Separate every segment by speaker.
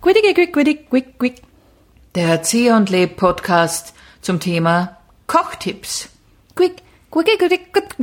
Speaker 1: Quiddige, quick, quiddig, quick, quick.
Speaker 2: Der Zieh und Leb Podcast zum Thema Kochtipps.
Speaker 1: Quick, quickie, quiddig, quick.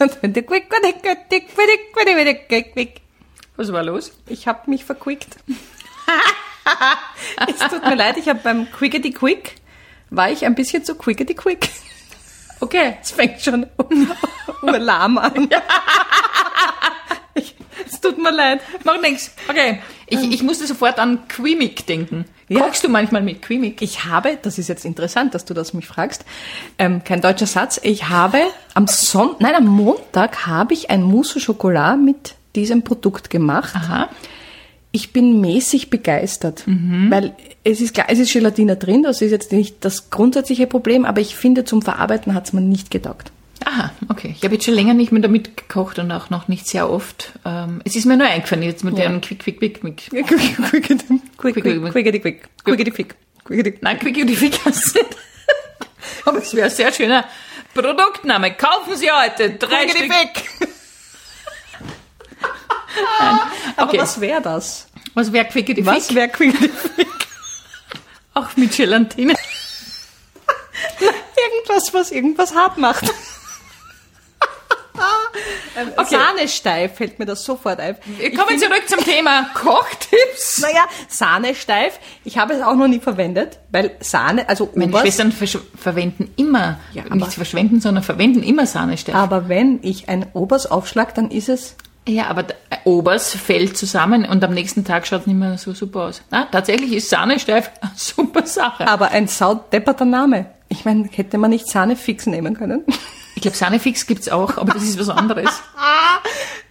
Speaker 1: Quiddig, quick, quiddig, quiddig, quiddig, quiddig, quiddig, quick, quick.
Speaker 2: Was war los?
Speaker 1: Ich habe mich verquickt. es tut mir leid, ich habe beim Quickety Quick war ich ein bisschen zu Quickety Quick.
Speaker 2: Okay.
Speaker 1: Es fängt schon urlahm an. Ich- Es tut mir leid.
Speaker 2: Mach nix. Okay. Ich, ich musste sofort an Quimic denken.
Speaker 1: Ja.
Speaker 2: Kochst du manchmal mit Quimic?
Speaker 1: Ich habe, das ist jetzt interessant, dass du das mich fragst, ähm, kein deutscher Satz, ich habe am Son nein, am Montag habe ich ein Mousse au Chocolat mit diesem Produkt gemacht.
Speaker 2: Aha.
Speaker 1: Ich bin mäßig begeistert, weil es ist klar, es ist Gelatine drin, das ist jetzt nicht das grundsätzliche Problem, aber ich finde, zum Verarbeiten hat es mir nicht getaugt.
Speaker 2: Aha, okay. Ich habe jetzt schon länger nicht mehr damit gekocht und auch noch nicht sehr oft. Ähm, es ist mir nur eingefallen jetzt mit dem Quick, Quick, Quick, Quick.
Speaker 1: Quick, quick, quick, quick, quick, quick, quick, quick, quick, quick.
Speaker 2: Nein, Quick und die Fickers nicht. Aber es wäre ein sehr schöner Produktname. Kaufen Sie heute drei
Speaker 1: Quick,
Speaker 2: Stück.
Speaker 1: Aber
Speaker 2: Okay.
Speaker 1: was wäre das?
Speaker 2: Was wäre Quick und die
Speaker 1: Was
Speaker 2: Fick?
Speaker 1: wäre Quick?
Speaker 2: Auch mit Gelatine.
Speaker 1: Irgendwas, was irgendwas hart macht. Ähm,
Speaker 2: Okay.
Speaker 1: Sahne steif fällt mir das sofort ein.
Speaker 2: Wir kommen zurück zum Thema Kochtipps.
Speaker 1: Naja, Sahne steif. Ich habe es auch noch nie verwendet, weil Sahne, also
Speaker 2: Meine
Speaker 1: Oberst,
Speaker 2: Schwestern versch- verwenden immer,
Speaker 1: Ja, aber-
Speaker 2: nicht verschwenden, sondern verwenden immer Sahnesteff.
Speaker 1: aber wenn ich ein Obers aufschlag, dann ist es
Speaker 2: Ja, aber d- äh, Obers fällt zusammen und am nächsten Tag schaut es nicht mehr so super aus. Na, tatsächlich ist Sahnesteff eine super Sache.
Speaker 1: aber ein saudepperter Name. Ich meine, hätte man nicht Sahne fix nehmen können?
Speaker 2: Ich glaube, Sahnefix gibt's auch, aber das ist was anderes.
Speaker 1: Ah,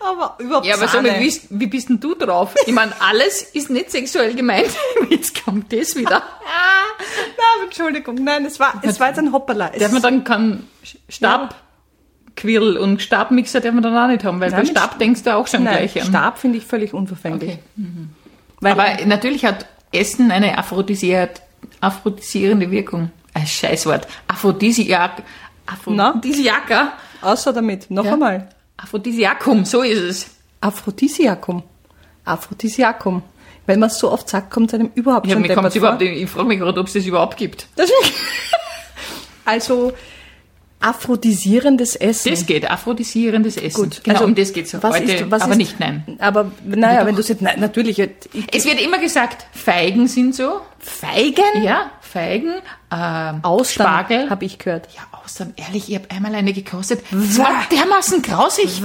Speaker 1: aber überhaupt
Speaker 2: Ja, aber sag mal, wie, ist- wie bist denn du drauf? Ich meine, alles ist nicht sexuell gemeint. Jetzt kommt das wieder.
Speaker 1: Nein, Ah, Entschuldigung, nein, es war, es war jetzt ein Hoppala. Es
Speaker 2: Darf man dann keinen Stab, Quirl und Stabmixer darf man dann auch nicht haben, weil
Speaker 1: Nein,
Speaker 2: bei
Speaker 1: mit
Speaker 2: Stab denkst du auch schon
Speaker 1: nein,
Speaker 2: gleich an.
Speaker 1: Stab finde ich völlig unverfänglich.
Speaker 2: Okay.
Speaker 1: Weil
Speaker 2: Aber natürlich hat Essen eine aphrodisiert, aphrodisierende Wirkung. Ein Scheißwort. Aphrodisiak.
Speaker 1: Na?
Speaker 2: Aphrodisiaka.
Speaker 1: außer damit, noch
Speaker 2: Ja.
Speaker 1: einmal.
Speaker 2: Aphrodisiakum, so ist es.
Speaker 1: Aphrodisiakum. Aphrodisiakum. Wenn man es so oft sagt, kommt einem überhaupt
Speaker 2: Ich, hab-
Speaker 1: schon
Speaker 2: mir kommt's
Speaker 1: deppert
Speaker 2: überhaupt,
Speaker 1: vor.
Speaker 2: ich frage mich gerade, ob es das überhaupt gibt.
Speaker 1: Das also aphrodisierendes Essen. Also,
Speaker 2: Das geht, aphrodisierendes Essen. genau, um das geht's
Speaker 1: was
Speaker 2: heute,
Speaker 1: ist- was
Speaker 2: aber
Speaker 1: ist-
Speaker 2: nicht, nein.
Speaker 1: Aber naja, wenn du es jetzt nein, natürlich ich,
Speaker 2: Es wird immer gesagt, Feigen sind so.
Speaker 1: Feigen
Speaker 2: Ja, Feigen, ähm,
Speaker 1: Austern
Speaker 2: Spargel.
Speaker 1: habe ich gehört.
Speaker 2: ja, Austern, ehrlich, ich habe einmal eine gekostet. Das war dermaßen grausig.
Speaker 1: Das ist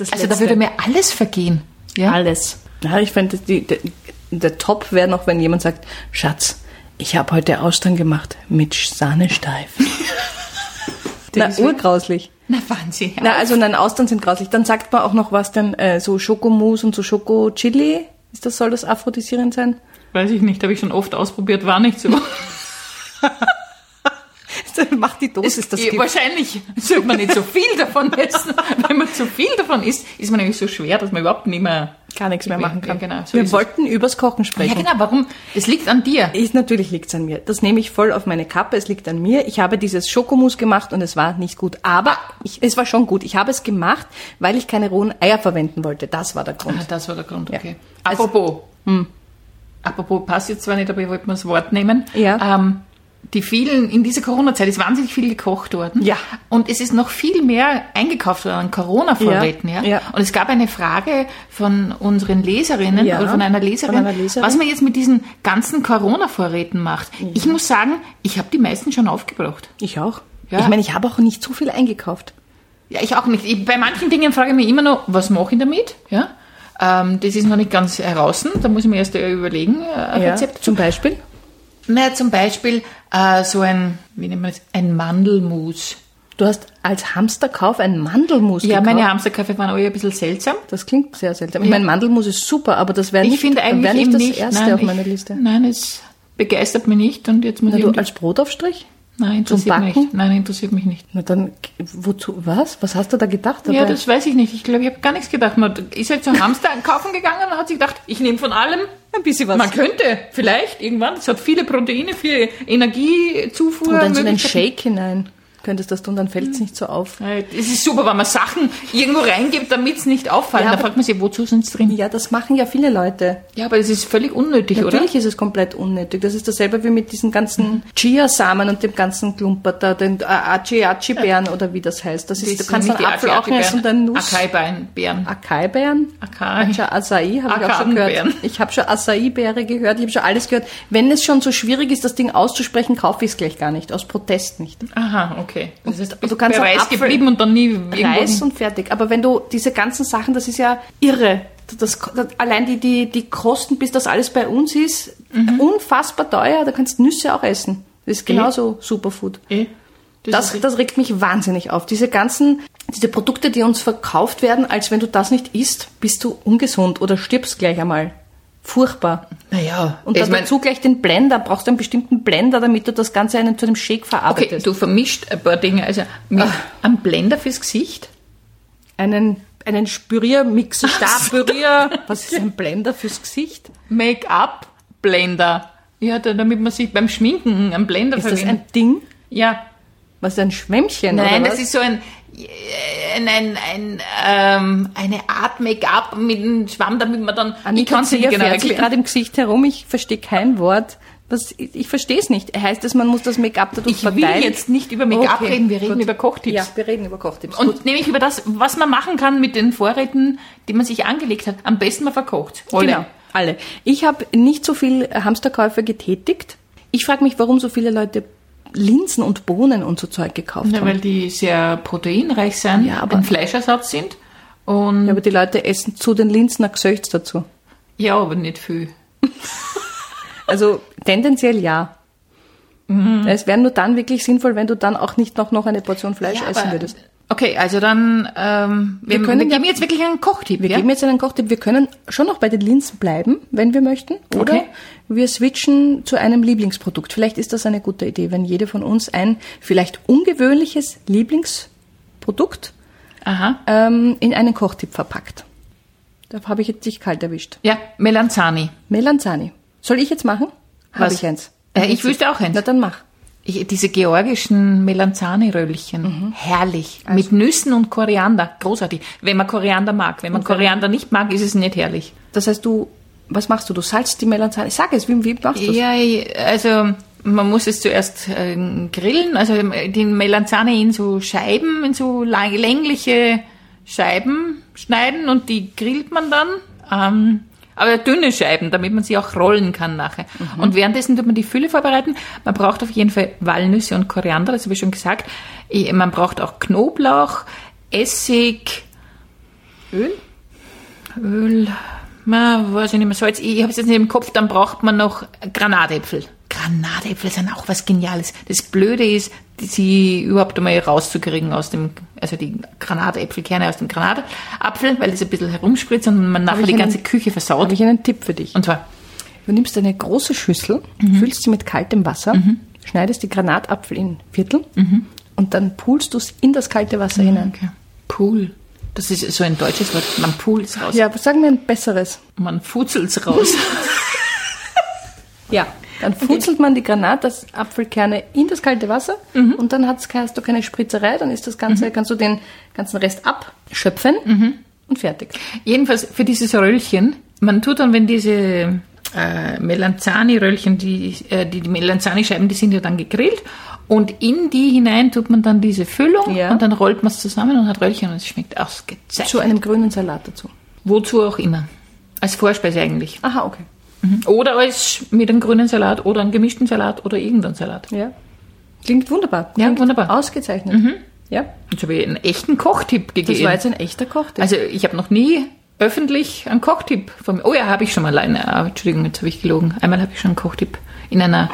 Speaker 1: das
Speaker 2: Also da
Speaker 1: Letzte.
Speaker 2: würde mir alles vergehen. Ja?
Speaker 1: alles. Ja, ich fände die, die, der Top wäre noch, wenn jemand sagt, Schatz, ich habe heute Austern gemacht mit Sahne steif. Na,
Speaker 2: ist-
Speaker 1: urgrauslich.
Speaker 2: Na, Wahnsinn.
Speaker 1: Na, also nein, Austern sind grauslich. Dann sagt man auch noch was denn, äh, so Schokomousse und so Schokochili. Ist das, soll das aphrodisierend sein?
Speaker 2: Weiß ich nicht, habe ich schon oft ausprobiert, war nicht so.
Speaker 1: Macht die Dosis, das
Speaker 2: Eh,
Speaker 1: gibt.
Speaker 2: Wahrscheinlich sollte man nicht so viel davon essen. Wenn man zu viel davon isst, ist man nämlich so schwer, dass man überhaupt nicht mehr...
Speaker 1: Gar nichts mehr machen kann.
Speaker 2: Ja, genau, so ist
Speaker 1: Wir
Speaker 2: es.
Speaker 1: wollten übers Kochen
Speaker 2: Ja
Speaker 1: sprechen.
Speaker 2: genau, warum? Es liegt an dir.
Speaker 1: Ist, natürlich liegt's an mir. Das nehme ich voll auf meine Kappe. Es liegt an mir. Ich habe dieses Schokomousse gemacht und es war nicht gut. Aber ich, es war schon gut. Ich habe es gemacht, weil ich keine rohen Eier verwenden wollte. Das war der Grund.
Speaker 2: Ah, das war der Grund,
Speaker 1: Ja.
Speaker 2: okay.
Speaker 1: Also-
Speaker 2: Apropos, hm. apropos passt jetzt zwar nicht, aber ich wollte mir das Wort nehmen.
Speaker 1: Ja.
Speaker 2: Ähm, die vielen, in dieser Corona-Zeit ist wahnsinnig viel gekocht worden.
Speaker 1: Ja.
Speaker 2: Und es ist noch viel mehr eingekauft worden an Corona-Vorräten.
Speaker 1: Ja,
Speaker 2: Ja.
Speaker 1: ja.
Speaker 2: Und es gab eine Frage von unseren Leserinnen
Speaker 1: Ja,
Speaker 2: oder von einer Leserin,
Speaker 1: von einer Leserin. Mhm.
Speaker 2: was man jetzt mit diesen ganzen Corona-Vorräten macht. Ich muss sagen, ich habe die meisten schon aufgebraucht.
Speaker 1: Ich auch.
Speaker 2: Ja.
Speaker 1: Ich meine, ich habe auch nicht so viel eingekauft.
Speaker 2: Ja, ich auch nicht. Ich, bei manchen Dingen frage ich mich immer noch, was mache ich damit? Ja? Ähm, das ist noch nicht ganz heraus. Da muss ich mir erst äh, überlegen, äh, ein Rezept.
Speaker 1: zum Beispiel.
Speaker 2: Na, zum Beispiel äh, so ein, wie nennt man das, ein Mandelmus.
Speaker 1: Du hast als Hamsterkauf ein Mandelmus
Speaker 2: Ja,
Speaker 1: gekauft.
Speaker 2: meine Hamsterkaffee waren alle ein bisschen seltsam.
Speaker 1: Das klingt sehr seltsam. Ich meine, Mandelmus ist super, aber das wäre
Speaker 2: Ich
Speaker 1: nicht,
Speaker 2: finde eigentlich
Speaker 1: wär nicht
Speaker 2: eben
Speaker 1: das
Speaker 2: nicht,
Speaker 1: erste
Speaker 2: nein,
Speaker 1: auf meiner
Speaker 2: ich,
Speaker 1: Liste.
Speaker 2: Nein, es begeistert mich nicht und jetzt muss
Speaker 1: Na,
Speaker 2: ich...
Speaker 1: du
Speaker 2: irgendwie-
Speaker 1: als Brotaufstrich?
Speaker 2: nein, interessiert mich
Speaker 1: Backen?
Speaker 2: nicht. Nein, interessiert mich nicht.
Speaker 1: Na dann, wozu, was? Was hast du da gedacht?
Speaker 2: Ja,
Speaker 1: dabei?
Speaker 2: das weiß ich nicht. Ich glaube, ich habe gar nichts gedacht. Man ist halt zum Hamster kaufen gegangen und hat sich gedacht, ich nehme von allem
Speaker 1: ein bisschen was.
Speaker 2: Man könnte vielleicht irgendwann, es hat viele Proteine, viel Energiezufuhr.
Speaker 1: Oder in so einen
Speaker 2: Möglichkeiten.
Speaker 1: Shake hinein. könntest das tun, dann fällt es nicht so auf.
Speaker 2: Es ist super, wenn man Sachen irgendwo reingibt, damit es nicht auffallen.
Speaker 1: Ja,
Speaker 2: da
Speaker 1: aber-
Speaker 2: fragt man sich, wozu sind es drin?
Speaker 1: Ja, das machen ja viele Leute.
Speaker 2: Ja, aber das ist völlig unnötig,
Speaker 1: Natürlich ist es komplett unnötig. Das ist dasselbe wie mit diesen
Speaker 2: Mhm.
Speaker 1: ganzen Chia-Samen und dem ganzen Klumperter, den Achi-Achi-Bären oder wie das heißt. Das
Speaker 2: oder?
Speaker 1: ist, du kannst einen Apfel auch essen und einen Nuss.
Speaker 2: Akaibein, Bären.
Speaker 1: Acai-Bären?
Speaker 2: Acai.
Speaker 1: Schon Acai habe ich auch schon
Speaker 2: Akanbären.
Speaker 1: gehört. Ich habe schon Acai-Beere gehört, ich habe schon alles gehört. Wenn es schon so schwierig ist, das Ding auszusprechen, kaufe ich es gleich gar nicht. Aus Protest nicht.
Speaker 2: Aha, okay. Das heißt, du bist
Speaker 1: du kannst
Speaker 2: bei
Speaker 1: auch
Speaker 2: Reis
Speaker 1: Apfel-
Speaker 2: geblieben und dann nie irgendwo
Speaker 1: Reis
Speaker 2: hin.
Speaker 1: und fertig. Aber wenn du diese ganzen Sachen, das ist ja irre. Das, das, allein die, die, die Kosten, bis das alles bei uns ist,
Speaker 2: Mhm.
Speaker 1: unfassbar teuer. Da kannst du Nüsse auch essen. Das ist genauso Superfood.
Speaker 2: Eh,
Speaker 1: Das,
Speaker 2: ist-
Speaker 1: das regt mich wahnsinnig auf. Diese ganzen, diese Produkte, die uns verkauft werden, als wenn du das nicht isst, bist du ungesund oder stirbst gleich einmal. Furchtbar.
Speaker 2: naja,
Speaker 1: Und
Speaker 2: ich
Speaker 1: dann
Speaker 2: mein-
Speaker 1: dazu gleich den Blender. Brauchst du einen bestimmten Blender, damit du das Ganze einen, zu einem Shake
Speaker 2: Okay,
Speaker 1: verarbeitest.
Speaker 2: du vermischt ein paar Dinge. Also
Speaker 1: Ah.
Speaker 2: mit einem Blender fürs Gesicht.
Speaker 1: Einen, einen Spüriermix, Stabpürier. Was ist ein Blender fürs Gesicht?
Speaker 2: Make-up-Blender. Ja, da- damit man sich beim Schminken einen Blender
Speaker 1: Ist das
Speaker 2: verwendet.
Speaker 1: ein Ding?
Speaker 2: ja.
Speaker 1: Was ist ein Schwämmchen?
Speaker 2: Nein,
Speaker 1: oder
Speaker 2: das
Speaker 1: was?
Speaker 2: ist so ein, äh, ein, ein, ein ähm, eine Art Make-up mit einem Schwamm, damit man dann. ich
Speaker 1: Anita
Speaker 2: kann es nicht
Speaker 1: Zeher
Speaker 2: genau
Speaker 1: fährt sich
Speaker 2: erklären.
Speaker 1: gerade im Gesicht herum. Ich verstehe kein Wort. Was, ich ich verstehe es nicht. Heißt es, man muss das Make-up dadurch
Speaker 2: Ich will
Speaker 1: verteilen?
Speaker 2: jetzt nicht über Make-up
Speaker 1: Okay,
Speaker 2: reden, wir reden
Speaker 1: gut.
Speaker 2: über Kochtipps.
Speaker 1: Ja, wir reden über Kochtipps.
Speaker 2: Und nämlich über das, was man machen kann mit den Vorräten, die man sich angelegt hat. Am besten man verkocht. Alle.
Speaker 1: Genau, alle. Ich habe nicht so viel äh, Hamsterkäufe getätigt. Ich frage mich, warum so viele Leute Linsen und Bohnen und so Zeug gekauft
Speaker 2: Ja,
Speaker 1: haben.
Speaker 2: weil die sehr proteinreich sind,
Speaker 1: Ja, aber-
Speaker 2: ein Fleischersatz sind. Und
Speaker 1: Ja, aber die Leute essen zu den Linsen ein Gesöchts dazu.
Speaker 2: ja, aber nicht viel.
Speaker 1: Also tendenziell ja.
Speaker 2: Mhm.
Speaker 1: Es wäre nur dann wirklich sinnvoll, wenn du dann auch nicht noch, noch eine Portion Fleisch
Speaker 2: Ja,
Speaker 1: essen
Speaker 2: aber-
Speaker 1: würdest.
Speaker 2: Okay, also dann, ähm, wir,
Speaker 1: können
Speaker 2: wir
Speaker 1: ja-
Speaker 2: geben jetzt wirklich einen Kochtipp.
Speaker 1: Wir
Speaker 2: ja?
Speaker 1: geben jetzt einen Kochtipp. Wir können schon noch bei den Linsen bleiben, wenn wir möchten. Oder
Speaker 2: Okay.
Speaker 1: wir switchen zu einem Lieblingsprodukt. Vielleicht ist das eine gute Idee, wenn jede von uns ein vielleicht ungewöhnliches Lieblingsprodukt
Speaker 2: Aha.
Speaker 1: ähm, in einen Kochtipp verpackt. Da habe ich jetzt dich kalt erwischt.
Speaker 2: Ja, Melanzani.
Speaker 1: Melanzani. Soll ich jetzt machen? Habe
Speaker 2: Was?
Speaker 1: ich eins.
Speaker 2: Äh, ich wüsste auch eins.
Speaker 1: Na dann mach.
Speaker 2: Ich, diese georgischen Melanzani-Röllchen.
Speaker 1: Mhm.
Speaker 2: Herrlich.
Speaker 1: Also
Speaker 2: Mit Nüssen und Koriander. Großartig. Wenn man Koriander mag. Wenn man Koriander nicht mag, ist es nicht herrlich.
Speaker 1: Das heißt, du, was machst du? Du salzt die Melanzani. Sag es, wie, wie machst du das?
Speaker 2: Ja, also man muss es zuerst ähm, grillen, also die Melanzane in so Scheiben, in so lang- längliche Scheiben schneiden und die grillt man dann. Ähm, aber dünne Scheiben, damit man sie auch rollen kann nachher. Und währenddessen tut man die Fülle vorbereiten. Man braucht auf jeden Fall Walnüsse und Koriander, das habe ich schon gesagt. Eh, Man braucht auch Knoblauch, Essig,
Speaker 1: Öl?
Speaker 2: Öl, na, weiß ich nicht mehr, Salz, ich habe es jetzt nicht im Kopf, dann braucht man noch Granatäpfel. Granatäpfel sind auch was Geniales. Das Blöde ist, die- sie überhaupt einmal rauszukriegen aus dem, also die Granatäpfelkerne aus dem Granatapfel, weil das ein bisschen herumspritzt und man nachher
Speaker 1: ich
Speaker 2: die
Speaker 1: einen-
Speaker 2: ganze Küche
Speaker 1: Habe
Speaker 2: versaut.
Speaker 1: ich einen Tipp für dich.
Speaker 2: Und zwar,
Speaker 1: Du nimmst eine große Schüssel,
Speaker 2: Mhm.
Speaker 1: füllst sie mit kaltem Wasser, schneidest die Granatapfel in Viertel
Speaker 2: Mhm.
Speaker 1: und dann pulst du es in das kalte Wasser hinein.
Speaker 2: okay. Pool. Das ist so ein deutsches Wort. Man poolt raus.
Speaker 1: Ja, aber sag mir ein besseres.
Speaker 2: Man fuzelt's raus.
Speaker 1: Ja. Dann futzelt man die Granatapfelkerne in das kalte Wasser
Speaker 2: Mhm.
Speaker 1: und dann hat's, ke- hast du keine Spritzerei, dann ist das Ganze, kannst du den ganzen Rest abschöpfen
Speaker 2: Mhm.
Speaker 1: und fertig.
Speaker 2: Jedenfalls für dieses Röllchen, man tut dann, wenn diese äh, Melanzani-Röllchen, die, äh, die, die Melanzani-Scheiben, die sind ja dann gegrillt und in die hinein tut man dann diese Füllung
Speaker 1: Ja.
Speaker 2: und dann rollt man es zusammen und hat Röllchen und es schmeckt ausgezeichnet.
Speaker 1: Zu einem grünen Salat dazu.
Speaker 2: Wozu auch immer. Als Vorspeise eigentlich.
Speaker 1: Aha, okay.
Speaker 2: Oder als mit einem grünen Salat oder einem gemischten Salat oder irgendeinem Salat.
Speaker 1: Ja. Klingt wunderbar.
Speaker 2: Ja,
Speaker 1: Klingt
Speaker 2: wunderbar. Mhm.
Speaker 1: Ausgezeichnet. Ja.
Speaker 2: Jetzt habe ich einen echten Kochtipp gegeben.
Speaker 1: Das war jetzt ein echter Kochtipp.
Speaker 2: Also ich habe noch nie öffentlich einen Kochtipp von mir. Oh ja, habe ich schon mal einen. Ah, Entschuldigung, jetzt habe ich gelogen. Einmal habe ich schon einen Kochtipp in einer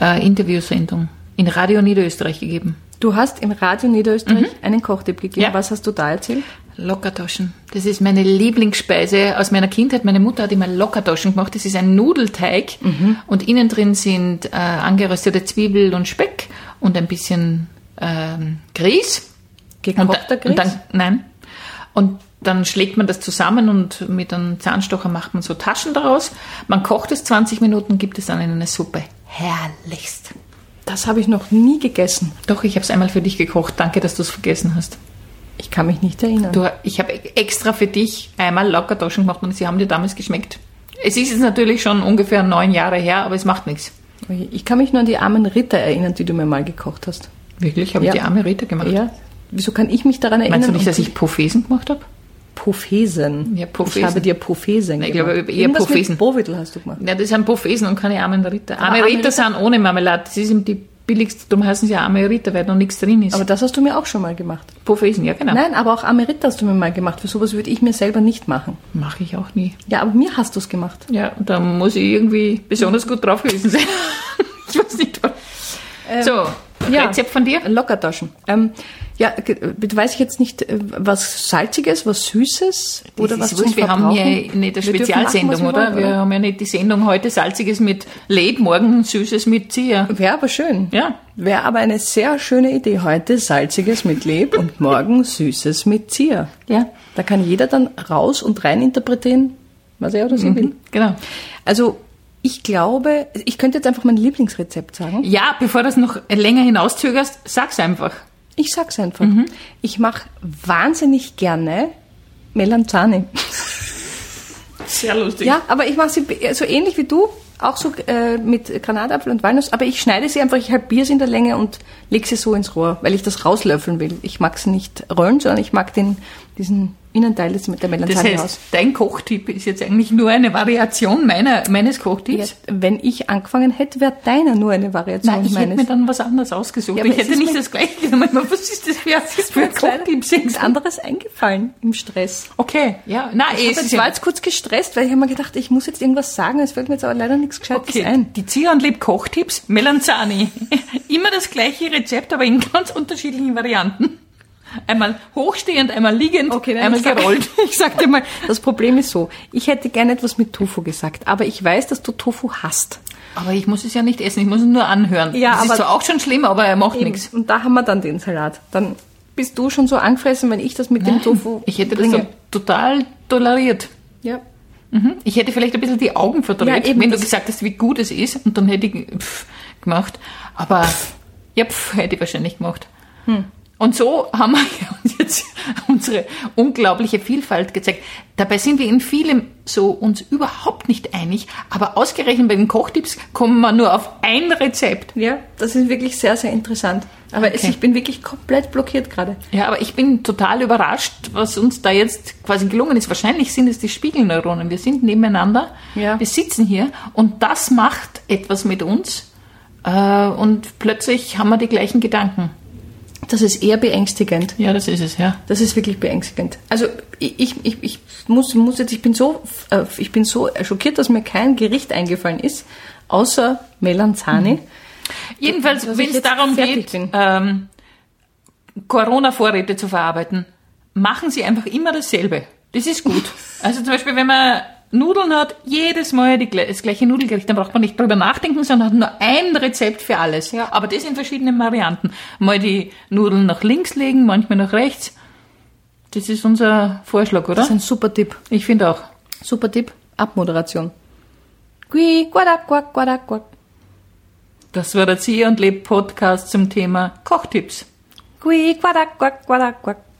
Speaker 2: äh, Interviewsendung in Radio Niederösterreich gegeben.
Speaker 1: Du hast im Radio Niederösterreich einen Kochtipp gegeben.
Speaker 2: Also- Mhm. Ja.
Speaker 1: Was hast du da erzählt?
Speaker 2: Lockertaschen. Das ist meine Lieblingsspeise aus meiner Kindheit. Meine Mutter hat immer Lockertaschen gemacht. Das ist ein Nudelteig und innen drin sind äh, angeröstete Zwiebel und Speck und ein bisschen ähm, Grieß. Und, da,
Speaker 1: Gekochter
Speaker 2: und
Speaker 1: Grieß?
Speaker 2: dann, nein. Und dann schlägt man das zusammen und mit einem Zahnstocher macht man so Taschen daraus. Man kocht es 20 Minuten, gibt es dann in eine Suppe. Herrlichst.
Speaker 1: Das habe ich noch nie gegessen.
Speaker 2: Doch, ich habe es einmal für dich gekocht. Danke, dass du es vergessen hast.
Speaker 1: Ich kann mich nicht erinnern.
Speaker 2: Du, ich habe extra für dich einmal Laukertaschen gemacht und sie haben dir damals geschmeckt. Es ist jetzt natürlich schon ungefähr neun Jahre her, aber es macht nichts.
Speaker 1: Ich kann mich nur an die armen Ritter erinnern, die du mir mal gekocht hast.
Speaker 2: Wirklich? Habe
Speaker 1: Ja.
Speaker 2: ich die arme Ritter gemacht?
Speaker 1: Ja. Wieso kann ich mich daran erinnern?
Speaker 2: Meinst du nicht,
Speaker 1: und
Speaker 2: dass
Speaker 1: du-
Speaker 2: ich Profesen gemacht habe?
Speaker 1: Profesen?
Speaker 2: Um Ja, Profesen.
Speaker 1: Ich habe dir Profesen
Speaker 2: ich
Speaker 1: gemacht.
Speaker 2: glaube, eher
Speaker 1: Irgendwas
Speaker 2: Profesen.
Speaker 1: Mit Bovidl hast du gemacht.
Speaker 2: Ja, das sind Profesen und keine armen Ritter. Arme
Speaker 1: arme
Speaker 2: Ritter sind ohne Marmelade. Das ist eben die billigste, darum heißen sie arme Ritter, weil noch nichts drin ist.
Speaker 1: Aber das hast du mir auch schon mal gemacht.
Speaker 2: Profesen, ja genau.
Speaker 1: Nein, aber auch Amerita hast du mir mal gemacht. Für sowas würde ich mir selber nicht machen.
Speaker 2: Mache ich auch nie.
Speaker 1: Ja, aber mir hast du es gemacht.
Speaker 2: Ja, und da muss ich irgendwie besonders gut drauf gewesen sein. ich weiß nicht. warum. so,
Speaker 1: Ähm, ja.
Speaker 2: Rezept von dir?
Speaker 1: Lockertaschen. Ähm, ja, ge- äh, weiß ich jetzt nicht, äh, was Salziges, was Süßes oder was
Speaker 2: ist
Speaker 1: zum
Speaker 2: wurscht, wir haben
Speaker 1: Verbrauchen?
Speaker 2: hier nicht eine
Speaker 1: Wir dürfen
Speaker 2: Spezialsendung,
Speaker 1: machen, was
Speaker 2: oder?
Speaker 1: wir
Speaker 2: Wir
Speaker 1: wollen,
Speaker 2: haben ja nicht die Sendung heute Salziges mit Led, morgen Süßes mit Zier.
Speaker 1: Wäre aber schön.
Speaker 2: Ja.
Speaker 1: Wäre aber eine sehr schöne Idee. Heute Salziges mit Leb und morgen Süßes mit Zier.
Speaker 2: Ja.
Speaker 1: Da kann jeder dann raus und rein interpretieren, was er oder sie will.
Speaker 2: Genau.
Speaker 1: Also ich glaube, ich könnte jetzt einfach mein Lieblingsrezept sagen.
Speaker 2: Ja, bevor du das noch länger hinauszögerst, sag's einfach.
Speaker 1: Ich sag's einfach.
Speaker 2: Mhm.
Speaker 1: Ich mache wahnsinnig gerne Melanzane.
Speaker 2: Sehr lustig.
Speaker 1: Ja, aber ich mache sie be- so ähnlich wie du, auch so äh, mit Granatapfel und Walnuss, aber ich schneide sie einfach, ich halbiere sie in der Länge und lege sie so ins Rohr, weil ich das rauslöffeln will. Ich mag sie nicht rollen, sondern ich mag den, diesen Innenteil des mit der
Speaker 2: Das
Speaker 1: Melanzane
Speaker 2: heißt,
Speaker 1: aus.
Speaker 2: dein Kochtipp ist jetzt eigentlich nur eine Variation meiner, meines Kochtipps.
Speaker 1: Jetzt, wenn ich angefangen hätte, wäre deiner nur eine Variation
Speaker 2: Nein, ich hätte
Speaker 1: meines.
Speaker 2: mir dann was anderes ausgesucht.
Speaker 1: Ja, aber
Speaker 2: ich
Speaker 1: es
Speaker 2: hätte
Speaker 1: ist
Speaker 2: nicht
Speaker 1: mir-
Speaker 2: das gleiche genommen. Was ist das für, für ein Kochtipp?
Speaker 1: nichts anderes eingefallen im Stress.
Speaker 2: Okay, ja. Nein,
Speaker 1: Ich
Speaker 2: es
Speaker 1: habe
Speaker 2: ist
Speaker 1: jetzt war
Speaker 2: ja...
Speaker 1: jetzt kurz gestresst, weil ich habe mir gedacht, ich muss jetzt irgendwas sagen, es fällt mir jetzt aber leider nichts Gescheites
Speaker 2: Okay,
Speaker 1: ein.
Speaker 2: die Zier und Leb Kochtipps, Melanzani. Immer das gleiche Rezept, aber in ganz unterschiedlichen Varianten. Einmal hochstehend, einmal liegend, einmal
Speaker 1: ich sag-
Speaker 2: gerollt.
Speaker 1: Ich sag dir mal, das Problem ist so, ich hätte gerne etwas mit Tofu gesagt, aber ich weiß, dass du Tofu hast.
Speaker 2: Aber ich muss es ja nicht essen, ich muss es nur anhören.
Speaker 1: Ja,
Speaker 2: das ist
Speaker 1: aber-
Speaker 2: zwar auch schon schlimm, aber er macht nichts.
Speaker 1: Und da haben wir dann den Salat. Dann bist du schon so angefressen, wenn ich das mit dem Tofu
Speaker 2: Ich hätte das
Speaker 1: bringe.
Speaker 2: so total toleriert.
Speaker 1: Ja.
Speaker 2: Mhm. Ich hätte vielleicht ein bisschen die Augen verdreht,
Speaker 1: Ja, eben,
Speaker 2: wenn du
Speaker 1: das-
Speaker 2: gesagt hast, wie gut es ist. Und dann hätte ich pff, gemacht. Aber ja, pff, hätte ich wahrscheinlich gemacht.
Speaker 1: Hm.
Speaker 2: Und so haben wir uns jetzt unsere unglaubliche Vielfalt gezeigt. Dabei sind wir in vielem so uns überhaupt nicht einig. Aber ausgerechnet bei den Kochtipps kommen wir nur auf ein Rezept.
Speaker 1: Ja, das ist wirklich sehr, sehr interessant. Aber es,
Speaker 2: Okay.
Speaker 1: ich bin wirklich komplett blockiert gerade.
Speaker 2: Ja, aber ich bin total überrascht, was uns da jetzt quasi gelungen ist. Wahrscheinlich sind es die Spiegelneuronen. Wir sind nebeneinander,
Speaker 1: Ja.
Speaker 2: wir sitzen hier und das macht etwas mit uns. Äh, und plötzlich haben wir die gleichen Gedanken.
Speaker 1: Das ist eher beängstigend.
Speaker 2: Ja, das ist es, ja.
Speaker 1: Das ist wirklich beängstigend. Also ich, ich, ich, ich muss, muss jetzt, ich bin so, äh, ich bin so schockiert, dass mir kein Gericht eingefallen ist, außer Melanzani.
Speaker 2: Jedenfalls,
Speaker 1: Dass ich
Speaker 2: wenn es
Speaker 1: jetzt
Speaker 2: darum
Speaker 1: fertig
Speaker 2: geht,
Speaker 1: bin.
Speaker 2: ähm, Corona-Vorräte zu verarbeiten, machen Sie einfach immer dasselbe. Das ist gut. also zum Beispiel, wenn man Nudeln hat, jedes Mal die, gle- das gleiche Nudelgericht, dann braucht man nicht drüber nachdenken, sondern hat nur ein Rezept für alles. Ja. Aber das in verschiedenen Varianten. Mal die Nudeln nach links legen, manchmal nach rechts. Das ist unser Vorschlag,
Speaker 1: Das ist
Speaker 2: oder?
Speaker 1: ein super Tipp.
Speaker 2: Ich finde auch.
Speaker 1: Super Tipp. Abmoderation. Qui, quada, quack, quada, quack.
Speaker 2: Das war der Zieh und Leb Podcast zum Thema Kochtipps.
Speaker 1: Qui, quada, quack, quada, quack.